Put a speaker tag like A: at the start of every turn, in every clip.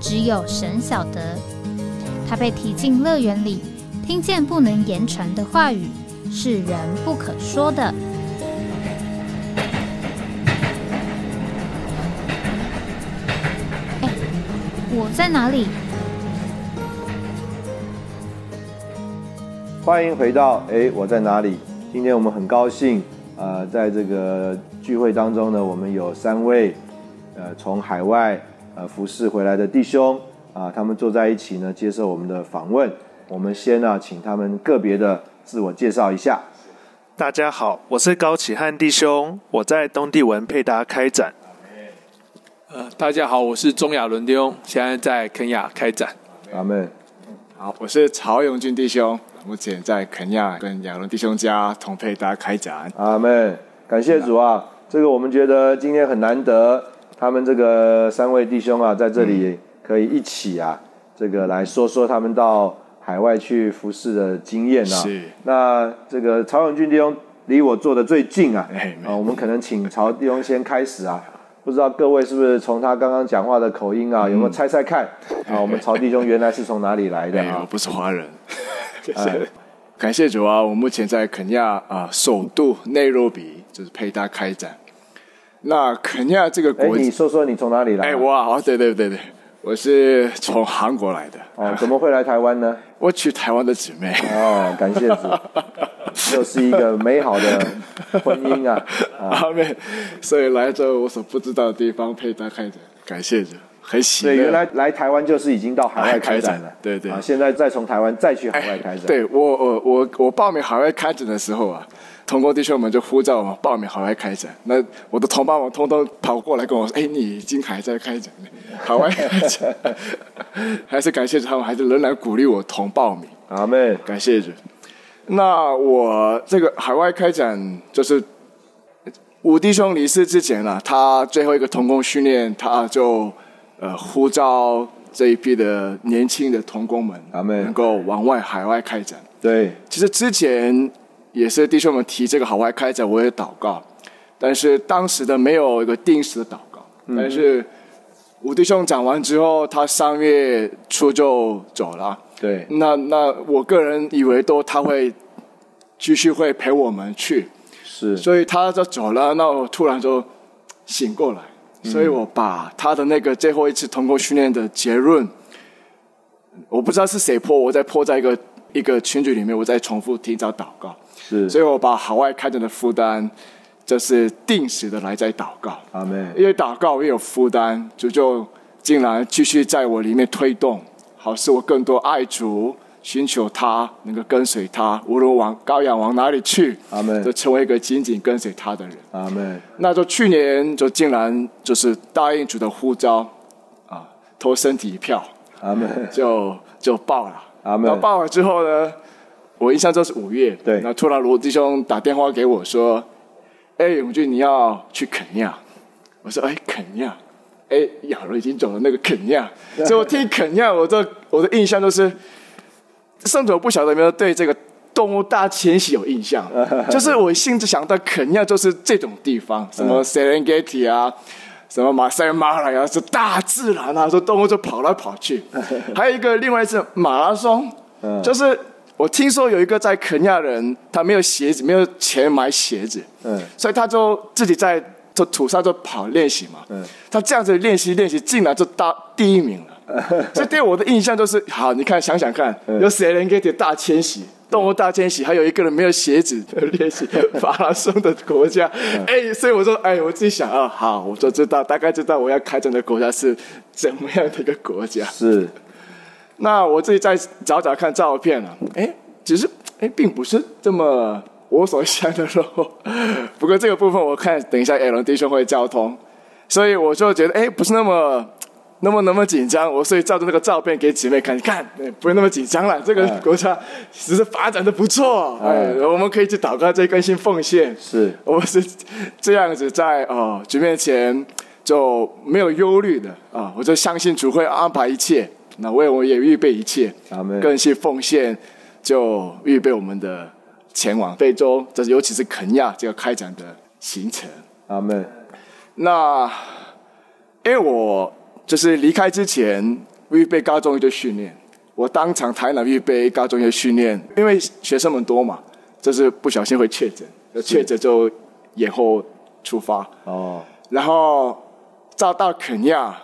A: 只有神晓得。他被提进乐园里，听见不能言传的话语，是人不可说的。哎我在哪里？
B: 欢迎回到哎，我在哪里？今天我们很高兴，呃，在这个聚会当中呢，我们有三位，呃，从海外呃服侍回来的弟兄啊、他们坐在一起呢，接受我们的访问。我们先呢、请他们个别的自我介绍一下。
C: 大家好，我是高启汉弟兄，我在东帝文配达开展。
D: 呃，大家好，我是钟亚伦弟兄，现在在肯亚开展。
B: 阿门。
E: 好，我是曹永俊弟兄，目前在肯亚跟亚伦弟兄家同配搭开展。
B: 阿门，感谢主啊！这个我们觉得今天很难得，他们这个三位弟兄啊，在这
E: 嗯
B: 里可以一起啊，这个来说说他们到海外去服侍的经验啊。
E: 是
B: 那这个曹永俊弟兄离我坐的最近啊，
E: 哎没
B: 啊，我们可能请曹弟兄先开始啊。不知道各位是不是从他刚刚讲话的口音
E: 嗯
B: 啊，有没有猜猜 看啊？我们曹弟兄原来是从哪里来的
E: 哎，我
B: 啊？
E: 不是华 人。哎感谢主啊！我目前在肯亚啊、首都内罗比，就是配搭开展。那肯亚这个
B: 哎，
E: 国，
B: 你说说你从哪里来啊？
E: 哎，哇，哦，对对对对，我是从韩国来的。
B: 哦，怎么会来台湾呢？
E: 我娶台湾的姊妹，
B: 哦，感谢主，又是一个美好的 婚姻 啊！
E: 阿妹，所以来这我所不知道的地方配搭开展，感谢主，很喜
B: 所
E: 乐。
B: 以原来来台湾就是已经到海外开展了
E: 海外开展，对对
B: 啊，现在再从台湾再去海外开展，
E: 哎对我我我我报名海外开展的时候啊，同工弟兄们就呼召我报名海外开展。那我的同胞们通通跑过来跟我说：“哎，你已经还在开展了，海外开展。” 还是感谢主他们，还是仍然鼓励我同报名，
B: 阿妹，
E: 感谢主。那我这个海外开展就是五弟兄离世之前啊，他最后一个童工训练，他就呃呼召这一批的年轻的童工们，
B: 阿们
E: 能够往外海外开展。
B: 对，
E: 其实之前也是弟兄们提这个海外开展，我也祷告，但是当时的没有一个定时的祷告。但是我弟兄讲完之后，他三月初就走了。
B: 对，
E: 那那我个人以为都他会继续会陪我们去，
B: 是，
E: 所以他就走了。那我突然就醒过来，所以我把他的那个最后一次通过训练的结论，我不知道是谁破，我在破在一个一个群组里面，我在重复提早祷告，所
B: 是，
E: 以我把海外开展的负担，就是定时的来在祷告，
B: 阿妹，
E: 因为祷告也有负担，主就竟然继续在我里面推动，好使我更多爱主，寻求他，能够跟随他，无论往羔羊往哪里去，
B: 阿们
E: 就成为一个紧紧跟随他的人。
B: 阿妹，
E: 那就去年就竟然就是答应主的呼召啊，投身体一票
B: 阿妹，
E: 哎就就报了。
B: 阿
E: 那
B: 妹，
E: 报了之后呢，我印象就是五月，
B: 对
E: 那突然罗弟兄打电话给我说：“哎，永俊，你要去肯亚？”我说：“哎，肯亚，哎，亚伦已经走了那个肯亚。”所以我听肯亚，我的我的印象就是，圣总不晓得有没有对这个。动物大迁徙有 印象，就是我心里想到肯亚就是这种地方，什
B: 嗯
E: 么 Serengeti 啊，什么马赛马来啊，是大自然啊，说动物就跑来跑 去。还有一个另外是马拉松，
B: 嗯
E: 就是我听说有一个在肯亚人，他没有鞋子，没有钱买鞋子，
B: 嗯
E: 所以他就自己在就土上就跑练习嘛。
B: 嗯
E: 他这样子练习练习，竟然就到第一 名了。所以对我的印象就是，好，你看想想看，
B: 嗯
E: 有谁能给你大迁徙？动物大迁徙，还有一个人没有鞋子 的练习马拉松的国家，哎，所以我说，哎，我自己想啊，好，我就知道，大概知道我要开展的国家是怎么样的一个国家。
B: 是，
E: 那我自己再找找看照片啊，哎，只是哎，并不是这么我所想的咯。 不过这个部分我看等一下 L 弟兄会交通，所以我就觉得哎，不是那么那么那么紧张，我所以照着那个照片给姐妹看，你看，哎不用那么紧张了。这个
B: 哎
E: 国家其实发展的不错，哎
B: 哎，
E: 我们可以去祷告，再更新奉献。
B: 是
E: 我们是这样子在哦局面前就没有忧虑的啊，我就相信主会安排一切，那为我们也预备一切
B: 阿门，
E: 更是奉献就预备我们的前往非洲，这尤其是肯亚这个开展的行程。
B: 阿门，
E: 那因为我就是离开之前预备高中一些训练，我当场台南预备高中一些训练，因为学生们多嘛，就是不小心会确诊，确诊就延后出发，
B: 哦，
E: 然后再到肯亚。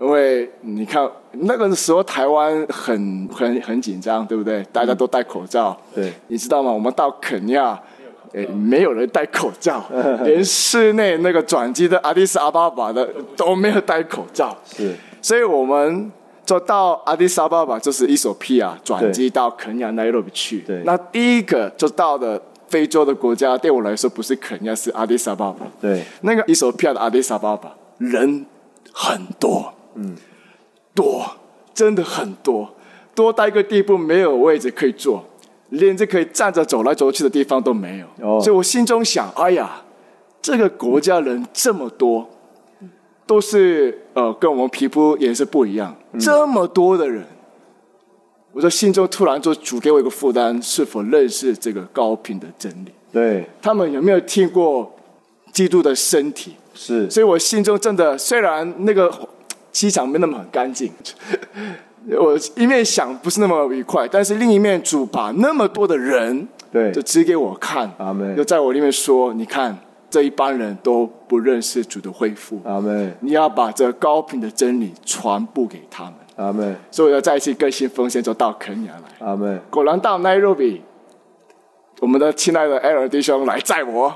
E: 因为你看那个时候台湾很很很紧张，对不对？大家都戴口罩，
B: 对，
E: 你知道吗？我们到肯亚，诶，没有人嗯戴口 罩，连室内那个转机的阿迪斯阿巴巴的都没有戴口罩，
B: 是
E: 所以我们就到阿迪斯阿巴巴，就是伊索比亚啊转机到肯亚奈罗比去。
B: 对
E: 那第一个就到的非洲的国家，对我来说不是肯亚，是阿迪斯阿巴巴。
B: 对，
E: 那个伊索比亚的阿迪萨巴巴人很多，嗯，多，真的很多，多到一个地步没有位置可以坐，连这可以站着走来走去的地方都没有。
B: 哦
E: 所以我心中想，哎呀，这个国家人这么多，都是呃跟我们皮肤颜色不一样，这么多的人。我的心中突然就主给我一个负担，是否认识这个高频的真理？
B: 对，
E: 他们有没有听过基督的身体？
B: 是
E: 所以我心中真的，虽然那个机场没那么很干净， 我一面想不是那么愉快，但是另一面主把那么多的人
B: 对
E: 就指给我看
B: 阿门，
E: 就在我里面说，你看这一帮人都不认识主的恢复，
B: 阿门，
E: 你要把这高频的真理传播给他们。
B: 阿门，
E: 所以我要再一次更新风险，就到肯亚来。
B: 阿门，
E: 果然到 Nairobi，我们的亲爱的艾尔弟兄来载我，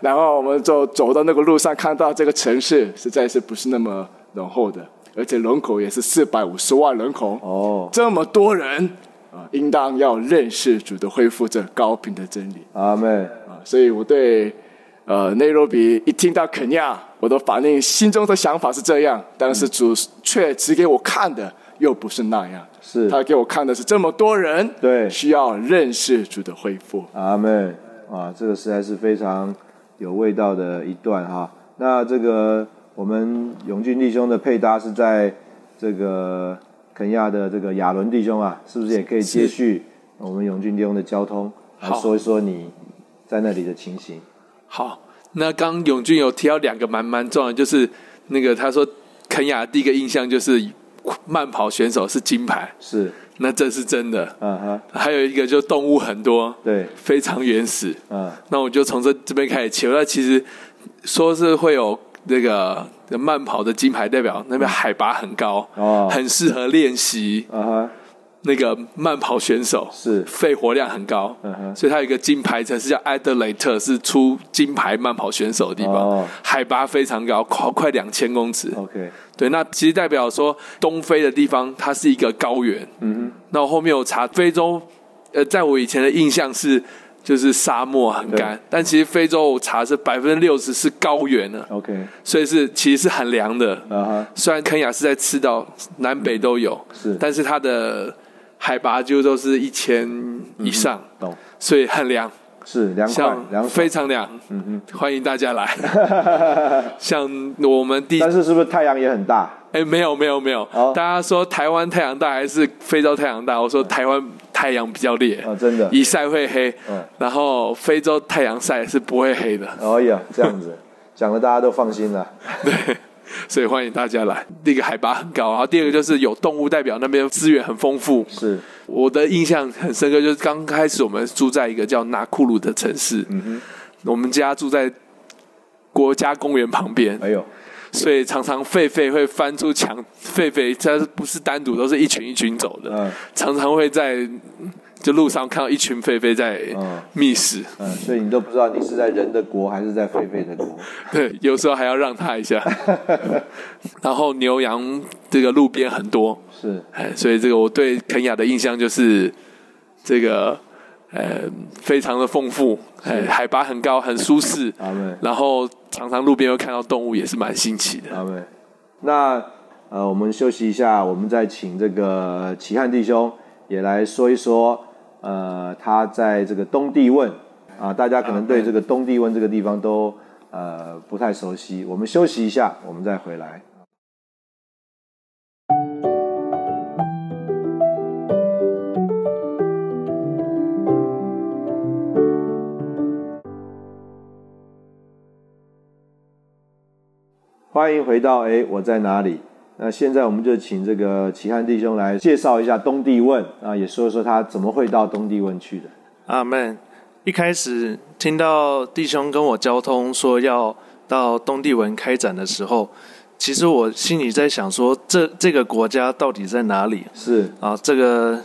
E: 然后我们就走到那个路上，看到这个城市实在是不是那么浓厚的，而且人口也是四百五十万人口，
B: 哦，
E: 这么多人啊，应当要认识主的恢复这高频的真理
B: 阿门，
E: 啊，所以我对。呃，内罗比一听到肯亚，我的反应、心中的想法是这样，但
B: 嗯
E: 是主却指给我看的又不是那样。
B: 是
E: 他给我看的是这么多人，
B: 对
E: 需要认识主的恢复。
B: 阿门啊，这个实在是非常有味道的一段哈。那这个我们永俊弟兄的配搭是在这个肯亚的这个亚伦弟兄啊，是不是也可以接续我们永俊弟兄的交通，来
D: 好
B: 说一说你在那里的情形？
D: 好，那刚永俊有提到两个蛮蛮重要的，就是那个他说肯雅第一个印象就是慢跑选手是金牌，
B: 是，
D: 那这是真的。
B: 嗯哼，
D: 还有一个就动物很多，
B: 对，
D: 非常原始。
B: 嗯，
D: 那我就从这这边开始切入。那其实说是会有那个慢跑的金牌代表，那边海拔很高，
B: 哦
D: 很适合练习
B: 嗯哼，
D: 那个慢跑选手，
B: 是
D: 肺活量很高，
B: 嗯哼
D: 所以它有一个金牌城市叫埃德雷特，是出金牌慢跑选手的地方，
B: 哦
D: 海拔非常高，快快两千公尺。
B: ，OK，
D: 对，那其实代表说东非的地方，它是一个高原。
B: 嗯
D: 那我后面有查非洲，呃，在我以前的印象是就是沙漠很干
B: 对，
D: 但其实非洲我查是百分之六十是高原的，
B: 哼，OK，
D: 所以是其实是很凉的。
B: 嗯哼，
D: 虽然肯雅是在赤道南北都有，
B: 是
D: 但是它的海拔就都是一千以上，
B: 懂，
D: 所以很凉，
B: 是凉快
D: 像
B: 凉
D: 非
B: 爽，
D: 常凉。嗯欢迎大家来。 像我们第
B: 但是是不是太阳也很大？
D: 哎，没有没有没有，
B: 哦
D: 大家说台湾太阳大还是非洲太阳大？我说
B: 嗯
D: 台湾太阳比较烈，
B: 哦真的
D: 一晒会黑，
B: 嗯
D: 然后非洲太阳晒是不会 黑的，
B: 哦呀，这样子讲的大家都放心了。
D: 对，所以欢迎大家来。第一个海拔很高，然后第二个就是有动物代表，那边资源很丰富。
B: 是
D: 我的印象很深刻，就是刚开始我们住在一个叫纳库鲁的城市，
B: 嗯
D: 我们家住在国家公园旁边，
B: 哎呦，
D: 所以常常狒狒会翻出墙，狒狒它不是单独，都是一群一群走的，
B: 嗯
D: 常常会在就路上看到一群狒狒在
B: 嗯
D: 觅食，
B: 嗯，所以你都不知道你是在人的国还是在狒狒的国。
D: 对，有时候还要让它一 下。然后牛羊这个路边很多，
B: 是
D: 哎，所以这个我对肯雅的印象就是这个呃非常的丰富，哎，海拔很高，很舒适
B: 阿妹，
D: 然后常常路边会看到动物，也是蛮新奇的。
B: 阿妹，那呃，我们休息一下，我们再请这个齐汉弟兄也来说一说，呃，他在这个东帝汶啊、大家可能对这个东帝汶这个地方都呃不太熟悉。我们休息一下，我们再回来。欢迎回到诶，我在哪里？那现在我们就请这个齐汉弟兄来介绍一下东帝汶啊，也说说他怎么会到东帝汶去的。
C: 阿门。一开始听到弟兄跟我交通说要到东帝汶开展的时候，其实我心里在想说，这这个国家到底在哪里？
B: 是
C: 啊，这个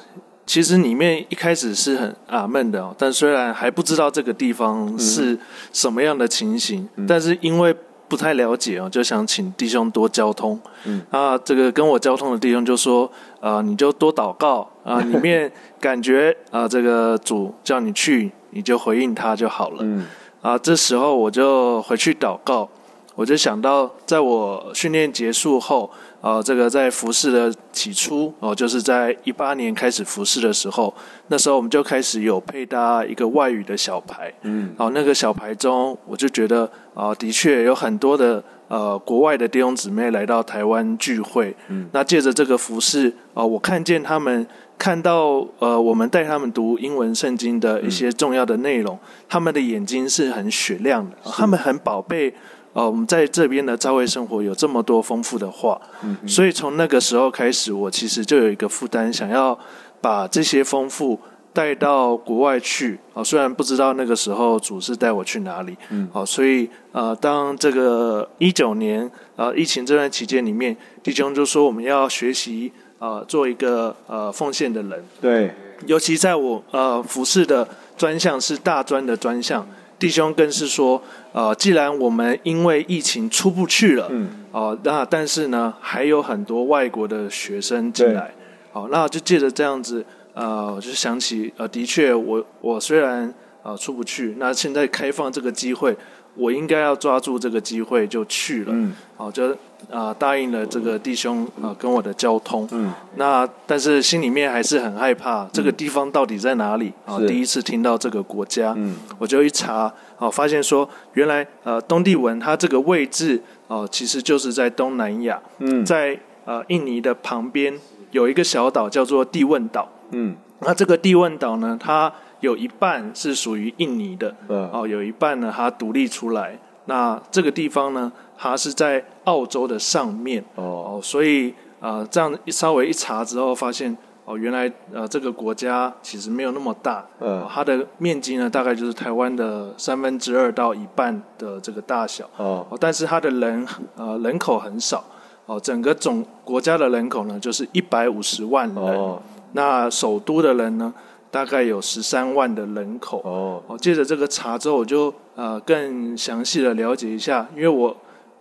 C: 其实里面一开始是很阿闷的、哦，但虽然还不知道这个地方是什么样的情形，但是因为不太了解哦，就想请弟兄多交通。嗯，啊，这个跟我交通的弟兄就说，啊，你就多祷告啊，里面感觉啊，这个主叫你去，你就回应他就好了。
B: 嗯
C: 啊，这时候我就回去祷告，我就想到，在我训练结束后，啊，这个在服侍的起初，哦、就是在一八年开始服侍的时候，那时候我们就开始有配搭一个外语的小牌，
B: 嗯，
C: 哦、那个小牌中，我就觉得，啊、的确有很多的呃国外的弟兄姊妹来到台湾聚会，嗯，那借着这个服侍，啊、我看见他们。看到呃，我们带他们读英文圣经的一些重要的内容，他们的眼睛是很雪亮的，他们很宝贝。呃，我们在这边的教会生活有这么多丰富的话，所以从那个时候开始，我其实就有一个负担，想要把这些丰富带到国外去。啊、虽然不知道那个时候主是带我去哪里，嗯，好、所以呃，当这个一九年呃疫情这段期间里面，弟兄就说我们要学习呃做一个呃奉献的人，
B: 对，
C: 尤其在我呃服饰的专项是大专的专项，弟兄更是说，呃，既然我们因为疫情出不去了，
B: 嗯，
C: 哦、那但是呢，还有很多外国的学生进来，好、那就借着这样子，呃，我就想起，呃，的确，我我虽然呃出不去，那现在开放这个机会，我应该要抓住这个机会就去了，
B: 嗯，
C: 好、就呃答应了这个弟兄呃跟我的交通，
B: 嗯，
C: 那但是心里面还是很害怕，这个地方到底在哪里啊？
B: 是
C: 第一次听到这个国家，
B: 嗯，
C: 我就一查，哦、发现说原来呃东帝汶它这个位置哦、其实就是在东南亚，
B: 嗯
C: 在呃印尼的旁边有一个小岛叫做帝汶岛，
B: 嗯
C: 那这个帝汶岛呢，它有一半是属于印尼的，
B: 嗯
C: 哦，有一半呢它独立出来。那这个地方呢，它是在澳洲的上面
B: 哦，
C: 所以呃，这样一稍微一查之后，发现哦，原来呃这个国家其实没有那么大，
B: 嗯
C: 哦它的面积呢大概就是台湾的三分之二到一半的这个大小，
B: 哦
C: 哦，但是它的人呃人口很少，哦，整个总国家的人口呢就是一百五十万人，
B: 哦
C: 那首都的人呢，大概有十三万的人口。
B: 哦，
C: 哦，借着这个查之后，我就呃更详细的了解一下，因为我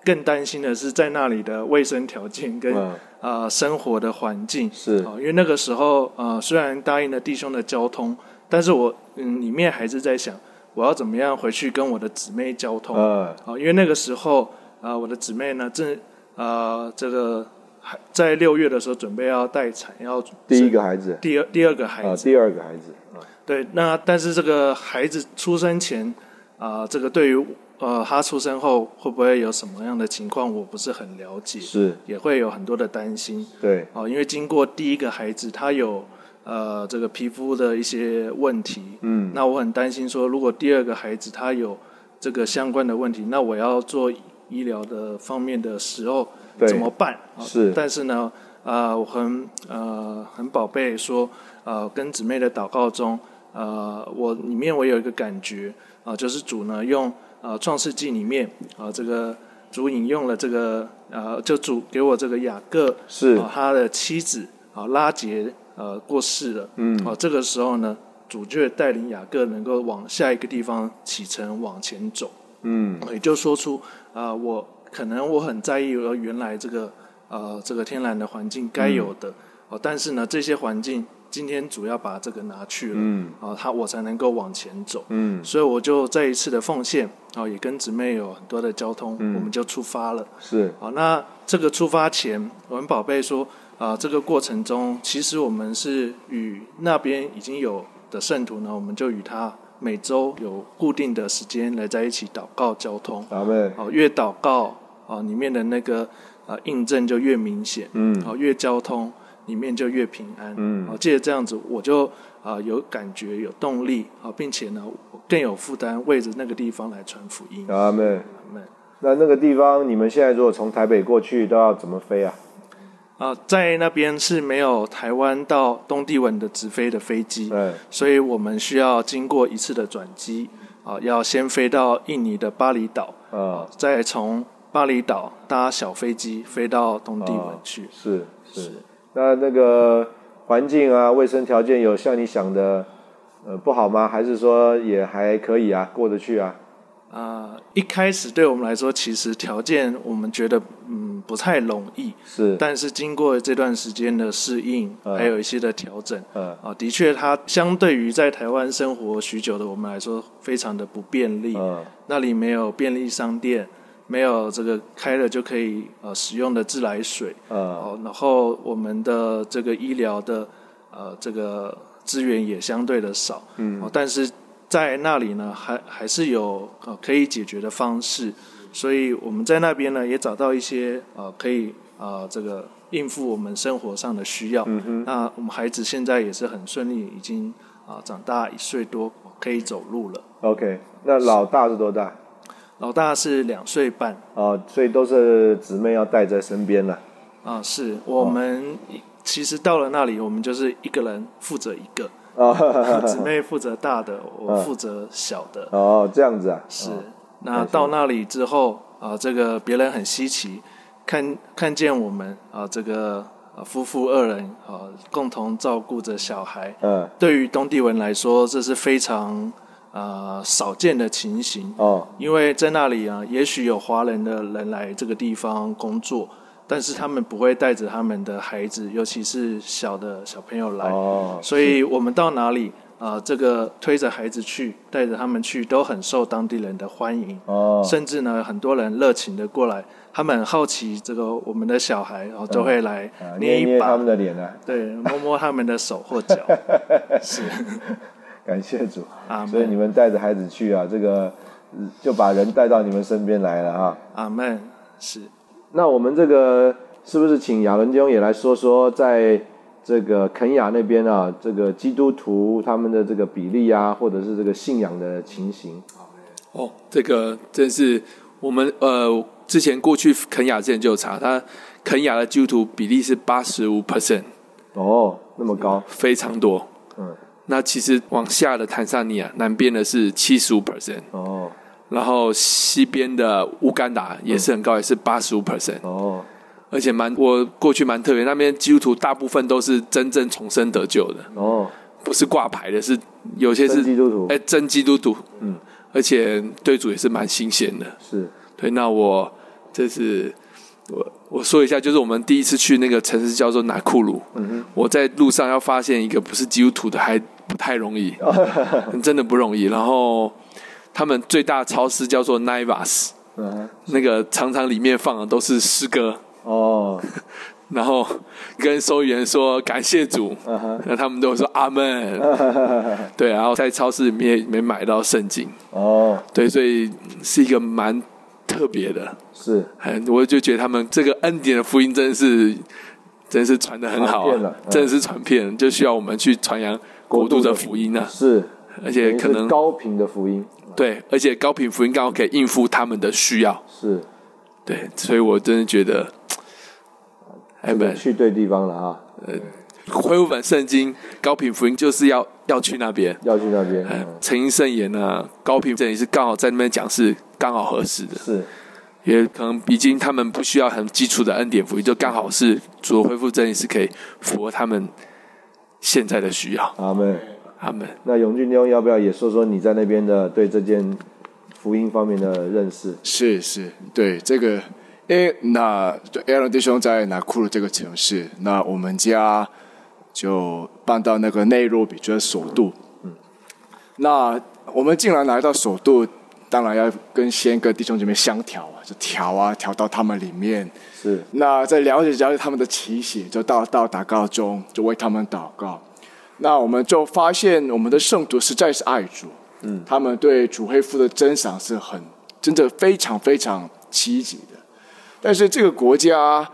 C: 更担心的是在那里的卫生条件跟、
B: 嗯
C: 呃生活的环境。
B: 是
C: 哦，因为那个时候呃虽然答应了弟兄的交通，但是我嗯里面还是在想我要怎么样回去跟我的姊妹交通。
B: 呃
C: 啊，因为那个时候啊、呃我的姊妹呢正呃这个还在六月的时候准备要待产，要
B: 第一个孩子
C: 第二第二个孩
B: 啊，
C: 子，
B: 第二个孩子啊
C: 对，那但是这个孩子出生前啊、这个对于呃他出生后会不会有什么样的情况，我不是很了解，
B: 是
C: 也会有很多的担心
B: 对
C: 哦、因为经过第一个孩子，他有。呃，这个皮肤的一些问题，
B: 嗯
C: 那我很担心说，如果第二个孩子他有这个相关的问题，那我要做医疗的方面的时候
B: 对
C: 怎么办？啊
B: 是
C: 但是呢，呃，我很呃很宝贝说，呃，跟姊妹的祷告中，呃，我里面我有一个感觉啊、就是主呢用呃创世纪里面啊、这个主引用了这个呃，就主给我这个雅各
B: 是
C: 啊他的妻子啊拉杰呃过世了，
B: 嗯
C: 哦、这个时候呢，主角带领雅各能够往下一个地方启程往前走，
B: 嗯
C: 也就说出啊、呃我可能我很在意呃
B: 嗯
C: 我原来这个呃这个天然的环境该有的、哦，但是呢，这些环境今天主要把这个拿去了，
B: 嗯
C: 啊，他我才能够往前走。
B: 嗯，
C: 所以我就这一次的奉献，啊，也跟姊妹有很多的交通，
B: 嗯
C: 我们就出发了。
B: 是，
C: 好，那这个出发前，我们宝贝说啊、这个过程中，其实我们是与那边已经有的圣徒呢，我们就与他每周有固定的时间来在一起祷告交通。
B: 阿妹，
C: 好、越祷告啊、里面的那个啊、印证就越明显。
B: 嗯
C: 好、越交通里面就越平安。
B: 嗯
C: 好、借着这样子，我就啊、有感觉有动力啊、并且呢，我更有负担为着那个地方来传福音。
B: 阿妹，
C: 哦阿们
B: 那那个地方你们现在如果从台北过去，都要怎么飞啊？
C: 啊，在那边是没有台湾到东帝汶的直飞的飞机，
B: 对，
C: 所以我们需要经过一次的转机，啊，要先飞到印尼的巴厘岛，
B: 啊，
C: 再从巴厘岛搭小飞机飞到东帝汶去。
B: 是是。那那个环境啊，卫生条件有像你想的呃不好吗？还是说也还可以啊，过得去啊？
C: 啊、一开始对我们来说，其实条件我们觉得嗯不太容易，
B: 是，
C: 但是经过这段时间的适应，
B: 嗯
C: 还有一些的调整，
B: 嗯
C: 啊，的确，它相对于在台湾生活许久的我们来说，非常的不便利。
B: 嗯
C: 那里没有便利商店，没有这个开了就可以呃使用的自来水，
B: 嗯
C: 哦，然后我们的这个医疗的呃这个资源也相对的少，嗯、但是在那里呢，还还是有呃可以解决的方式，所以我们在那边呢也找到一些呃可以呃这个应付我们生活上的需要。
B: 嗯哼，
C: 那我们孩子现在也是很顺利，已经啊、呃长大一岁多，哦可以走路了。
B: ，OK。那老大是多大？
C: 老大是两岁半
B: 哦，所以都是姊妹要带在身边了。
C: 啊、是我们其实到了那里，我们就是一个人负责一个，
B: 哦
C: 姊妹负责大的，我
B: 嗯
C: 负责小的。
B: 哦，这样子啊，
C: 是
B: 哦，
C: 那到那里之后啊、这个别人很稀奇，看看见我们啊、这个、啊夫妇二人啊、共同照顾着小孩。
B: 嗯，
C: 对于东帝汶来说，这是非常啊少见的情形。
B: 哦，
C: 因为在那里啊，也许有华人的人来这个地方工作，但是他们不会带着他们的孩子，尤其是小的小朋友来，
B: 哦，
C: 所以我们到哪里啊、这个推着孩子去，带着他们去，都很受当地人的欢迎。
B: 哦，
C: 甚至呢，很多人热情的过来，他们很好奇这个我们的小孩，然后都会来
B: 啊捏
C: 捏
B: 捏
C: 一把，
B: 他们的脸啊，
C: 对，摸摸他们的手或脚。 是
B: 感谢主。
C: 阿
B: 所以你
C: 门，
B: 们带着孩子去啊，这个呃就把人带到你们身边来了啊哈、
C: 阿门，是。
B: 那我们这个是不是请亚伦弟兄也来说说，在这个肯雅那边啊，这个基督徒他们的这个比例啊，或者是这个信仰的情形？
D: 哦，这个真是我们呃之前过去肯雅之前就有查，它肯雅的基督徒比例是八十五 percent，
B: 哦，那么高，
D: 非常多。
B: 嗯，
D: 那其实往下的坦桑尼亚南边的是七十五 percent，
B: 哦
D: 然后西边的乌干达也是很高，也是八十五 percent，
B: 哦，
D: 而且蛮我过去蛮特别，那边基督徒大部分都是真正重生得救的，
B: 哦，
D: 不是挂牌的，是有些是
B: 真基督徒
D: 哎真基督徒，嗯，而且对主也是蛮新鲜的。
B: 是，
D: 对，那我这是我我说一下，就是我们第一次去那个城市叫做拿库鲁，
B: 嗯
D: 我在路上要发现一个不是基督徒的还不太容易，
B: 哦
D: 真的不容易。然后他们最大的超市叫做 Nivas，
B: 哼，嗯哼，
D: 那个常常里面放的都是诗歌，
B: 哦，
D: 然后跟收银员说感谢主，
B: 嗯哼，
D: 那他们都说 阿门。对，然后在超市里面也没买到圣经，
B: 哦，
D: 对，所以嗯是一个蛮特别的。
B: 是，
D: 很，我就觉得他们这个恩典的福音真是，真是传的很好、
B: 传遍
D: 啊
B: 了，嗯
D: 真的是传遍，就需要我们去传扬国度的福音啊！
B: 是，
D: 而且可
B: 等于是
D: 能
B: 高频的福音，
D: 对，而且高频福音刚好可以应付他们的需要，
B: 是，
D: 对，所以我真的觉得，哎
B: 这
D: 不
B: 个，去对地方了哈，
D: 恢复本圣经高频福音就是要要去那边，
B: 要去那边，
D: 哎
B: 嗯，
D: 诚因圣言啊，高频这里是刚好在那边讲是刚好合适的，
B: 是，
D: 也可能已经他们不需要很基础的恩典福音，就刚好是主的恢复真理是可以符合他们现在的需要。
B: 阿门。
D: 他们
B: 那永俊弟兄要不要也说说你在那边的对这件福音方面的认识？
E: 是是，对这个，因为那就 Aaron 弟兄在拿库鲁这个城市，那我们家就搬到那个内罗比，就是首都。嗯，那我们竟然来到首都，当然要跟先哥弟兄姐妹相调啊，就调啊调到他们里面。
B: 是
E: 那在了解了解他们的情形，就到到祷告中，就为他们祷告。那我们就发现，我们的圣徒实在是爱主，嗯，他们对主恢复的真赏是很真的非常非常积极的。但是这个国家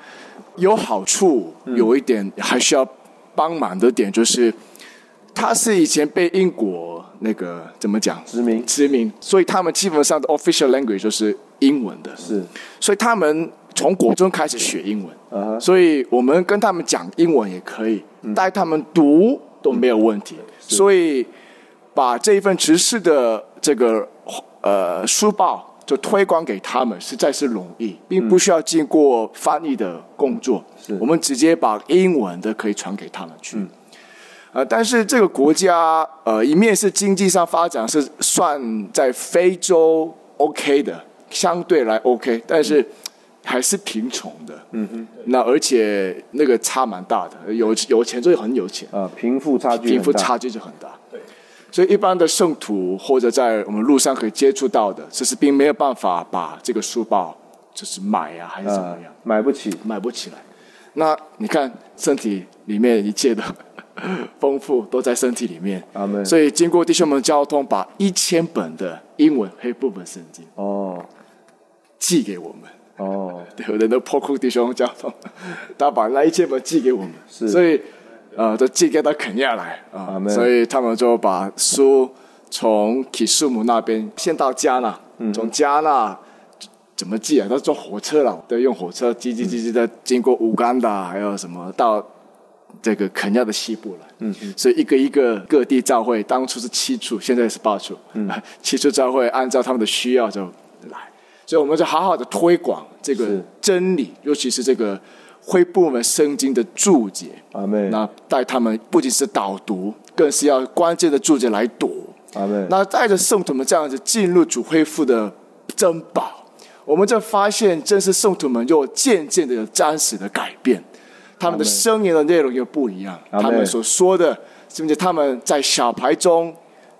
E: 有好处，
B: 嗯
E: 有一点还需要帮忙的点就是，它是以前被英国那个怎么讲
B: 殖民
E: 殖民，所以他们基本上的 official language 就是英文的，
B: 是，
E: 所以他们从国中开始学英文，
B: 啊哈
E: 所以我们跟他们讲英文也可以，带他们读都没有问题。所以把这一份知识的这个呃书报就推广给他们，实在是容易，并不需要经过翻译的工作。我们直接把英文的可以传给他们去。呃，但是这个国家，呃，一面是经济上发展是算在非洲 OK 的，相对来 OK，但是还是贫穷的。嗯哼。那而且那个差蛮大的，有有钱就很有钱，
B: 啊，贫富差距
E: 贫富
B: 很大
E: 差距就很大。对。所以一般的圣徒或者在我们路上可以接触到的，其实并没有办法把这个书报就是买啊，还是怎么
B: 啊
E: 样。，
B: 买不起，
E: 买不起来。那你看，身体里面一切的丰富都在身体里面。
B: 阿门
E: 所以经过弟兄们交通，把一千本的英文黑部本圣经
B: 哦
E: 寄给我们。
B: 哦，
E: 对，有人都破库弟兄交通，他把那一千本寄给我们，
B: 是
E: 所以呃，都寄给到肯亚来啊、
B: Amen
E: 所以他们就把书从基苏姆那边先到加纳，
B: 嗯
E: 从加纳怎么寄啊？他坐火车了，对，用火车寄寄寄寄的，经过乌干达，还有什么到这个肯亚的西部来。嗯，所以一个一个各地教会，当初是七处，现在是八处。嗯， 七处教会按照他们的需要就来，所以我们就好好的推广这个
B: 是
E: 真理，尤其是这个恢复我们圣经的注解。
B: 阿妹，
E: 那带他们不仅是导读，更是要关键的注解来读。
B: 阿妹，
E: 那带着圣徒们这样子进入主恢复的珍宝，我们就发现，正是圣徒们又渐渐的有真实的改变，他们的声音的内容又不一样，
B: Amen
E: 他们所说的，甚至他们在小牌中，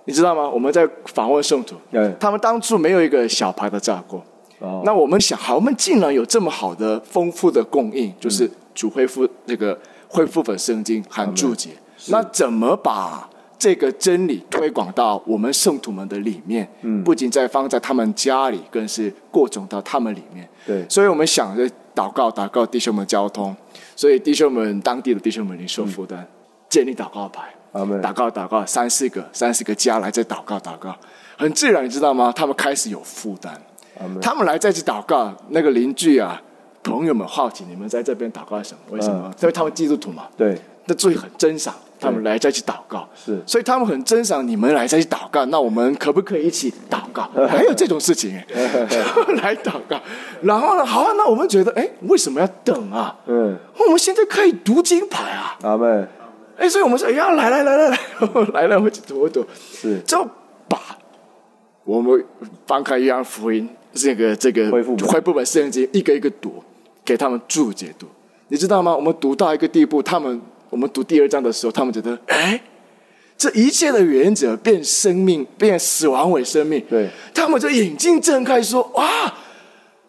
E: 你知道吗？我们在访问圣徒
B: 对，
E: 他们当初没有一个小牌的炸过。
B: 哦
E: 那我们想，好，我们竟然有这么好的、丰富的供应，就是主恢复那个恢复本圣经含注解。那怎么把这个真理推广到我们圣徒们的里面？嗯，不仅在放在他们家里，更是扩种到他们里面。
B: 对
E: 所以我们想着祷告，祷告弟兄们交通。所以弟兄们，当地的弟兄们领受负担，建立祷告牌。
B: 阿妹，
E: 祷告祷告，三四个三四个家来这祷告祷告，很自然，你知道吗？他们开始有负担，他们来这次祷告，那个邻居啊，朋友们好奇你们在这边祷告什么？为什么？因为他们基督徒嘛，
B: 对，
E: 那所以很珍赏他们来再去祷告，
B: 是
E: 所以他们很珍赏你们来再去祷告，那我们可不可以一起祷 告？还有这种事情，欸来祷告，然后呢，好啊，那我们觉得，哎，为什么要等啊？
B: 嗯，
E: 我们现在可以读经牌啊，
B: 阿妹，
E: 哎，所以我们说，哎呀，来来来来来，来了我去躲一躲，
B: 是
E: 就把我们翻开约翰福音这个这个
B: 恢复本
E: 恢复本圣经一个一个读，给他们注解读，你知道吗？我们读到一个地步，他们我们读第二章的时候，他们觉得，哎，这一切的原则变生命，变死亡为生命，
B: 对
E: 他们就眼睛睁开说，哇，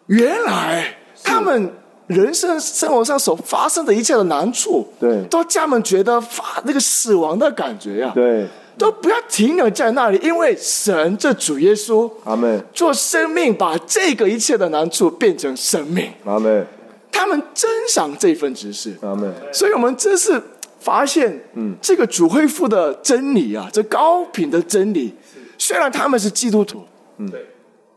E: 原来他们人生生活上所发生的一切的难处，
B: 对
E: 都叫他们觉得发那个死亡的感觉呀、
B: 对，
E: 都不要停留在那里，因为神这主耶稣
B: 阿妹，
E: 做生命，把这个一切的难处变成生命，
B: 阿妹，
E: 他们珍赏这份知识，
B: 阿妹，
E: 所以我们真是发现，嗯，这个主恢复的真理啊，这高品的真理，虽然他们是基督徒，嗯，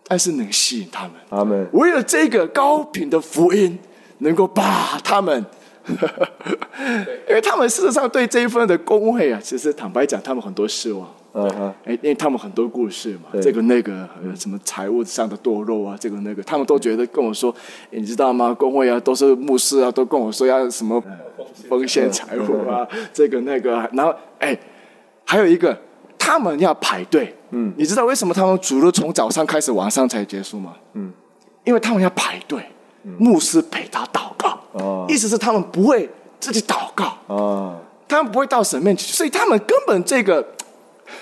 E: 但是能吸引他们，
B: 阿妹，
E: 为了这个高品的福音，能够把他们， 因为他们事实上对这一份的工会啊，其实坦白讲，他们很多失望。
B: 嗯哼，
E: 哎，因为他们很多故事嘛
B: 对，
E: 这个那个呃什么财务上的堕落啊，这个那个，他们都觉得跟我说，哎你知道吗？工会啊，都是牧师啊，都跟我说要什么呃风险财务啊，这个那个啊，然后哎，还有一个，他们要排队，嗯，你知道为什么他们主日从早上开始，晚上才结束吗？嗯，因为他们要排队，牧师陪他祷告，
B: 哦
E: 意思是他们不会自己祷告，
B: 啊，
E: 他们不会到神面前，所以他们根本这个，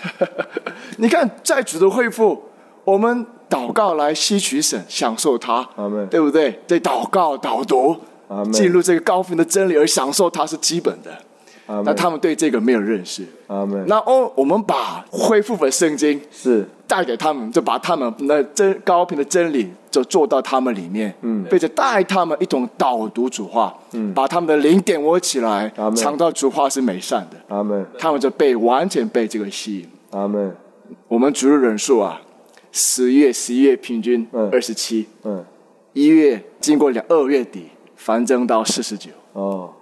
E: 你看在主的恢复，我们祷告来吸取神，享受它
B: 阿们，
E: 对不对？对，祷告导读
B: 阿们，
E: 进入这个高分的真理而享受它是基本的。
B: 阿
E: 那
B: 门，
E: 他们对这个没有认识。
B: 阿门，
E: 那哦，我们把恢复的圣经
B: 是
E: 带给他们，就把他们那真高频的真理就做到他们里面，嗯，并且带他们一同导读主话，嗯，把他们的灵点窝起来
B: 阿们，
E: 尝到主话是美善的，
B: 阿门，
E: 他们就被完全被这个吸引。
B: 阿门，
E: 我们主日人数啊，十月、十一月平均
B: 嗯
E: 二十七，
B: 嗯，
E: 一月经过两二月底繁增到四十九，
B: 哦，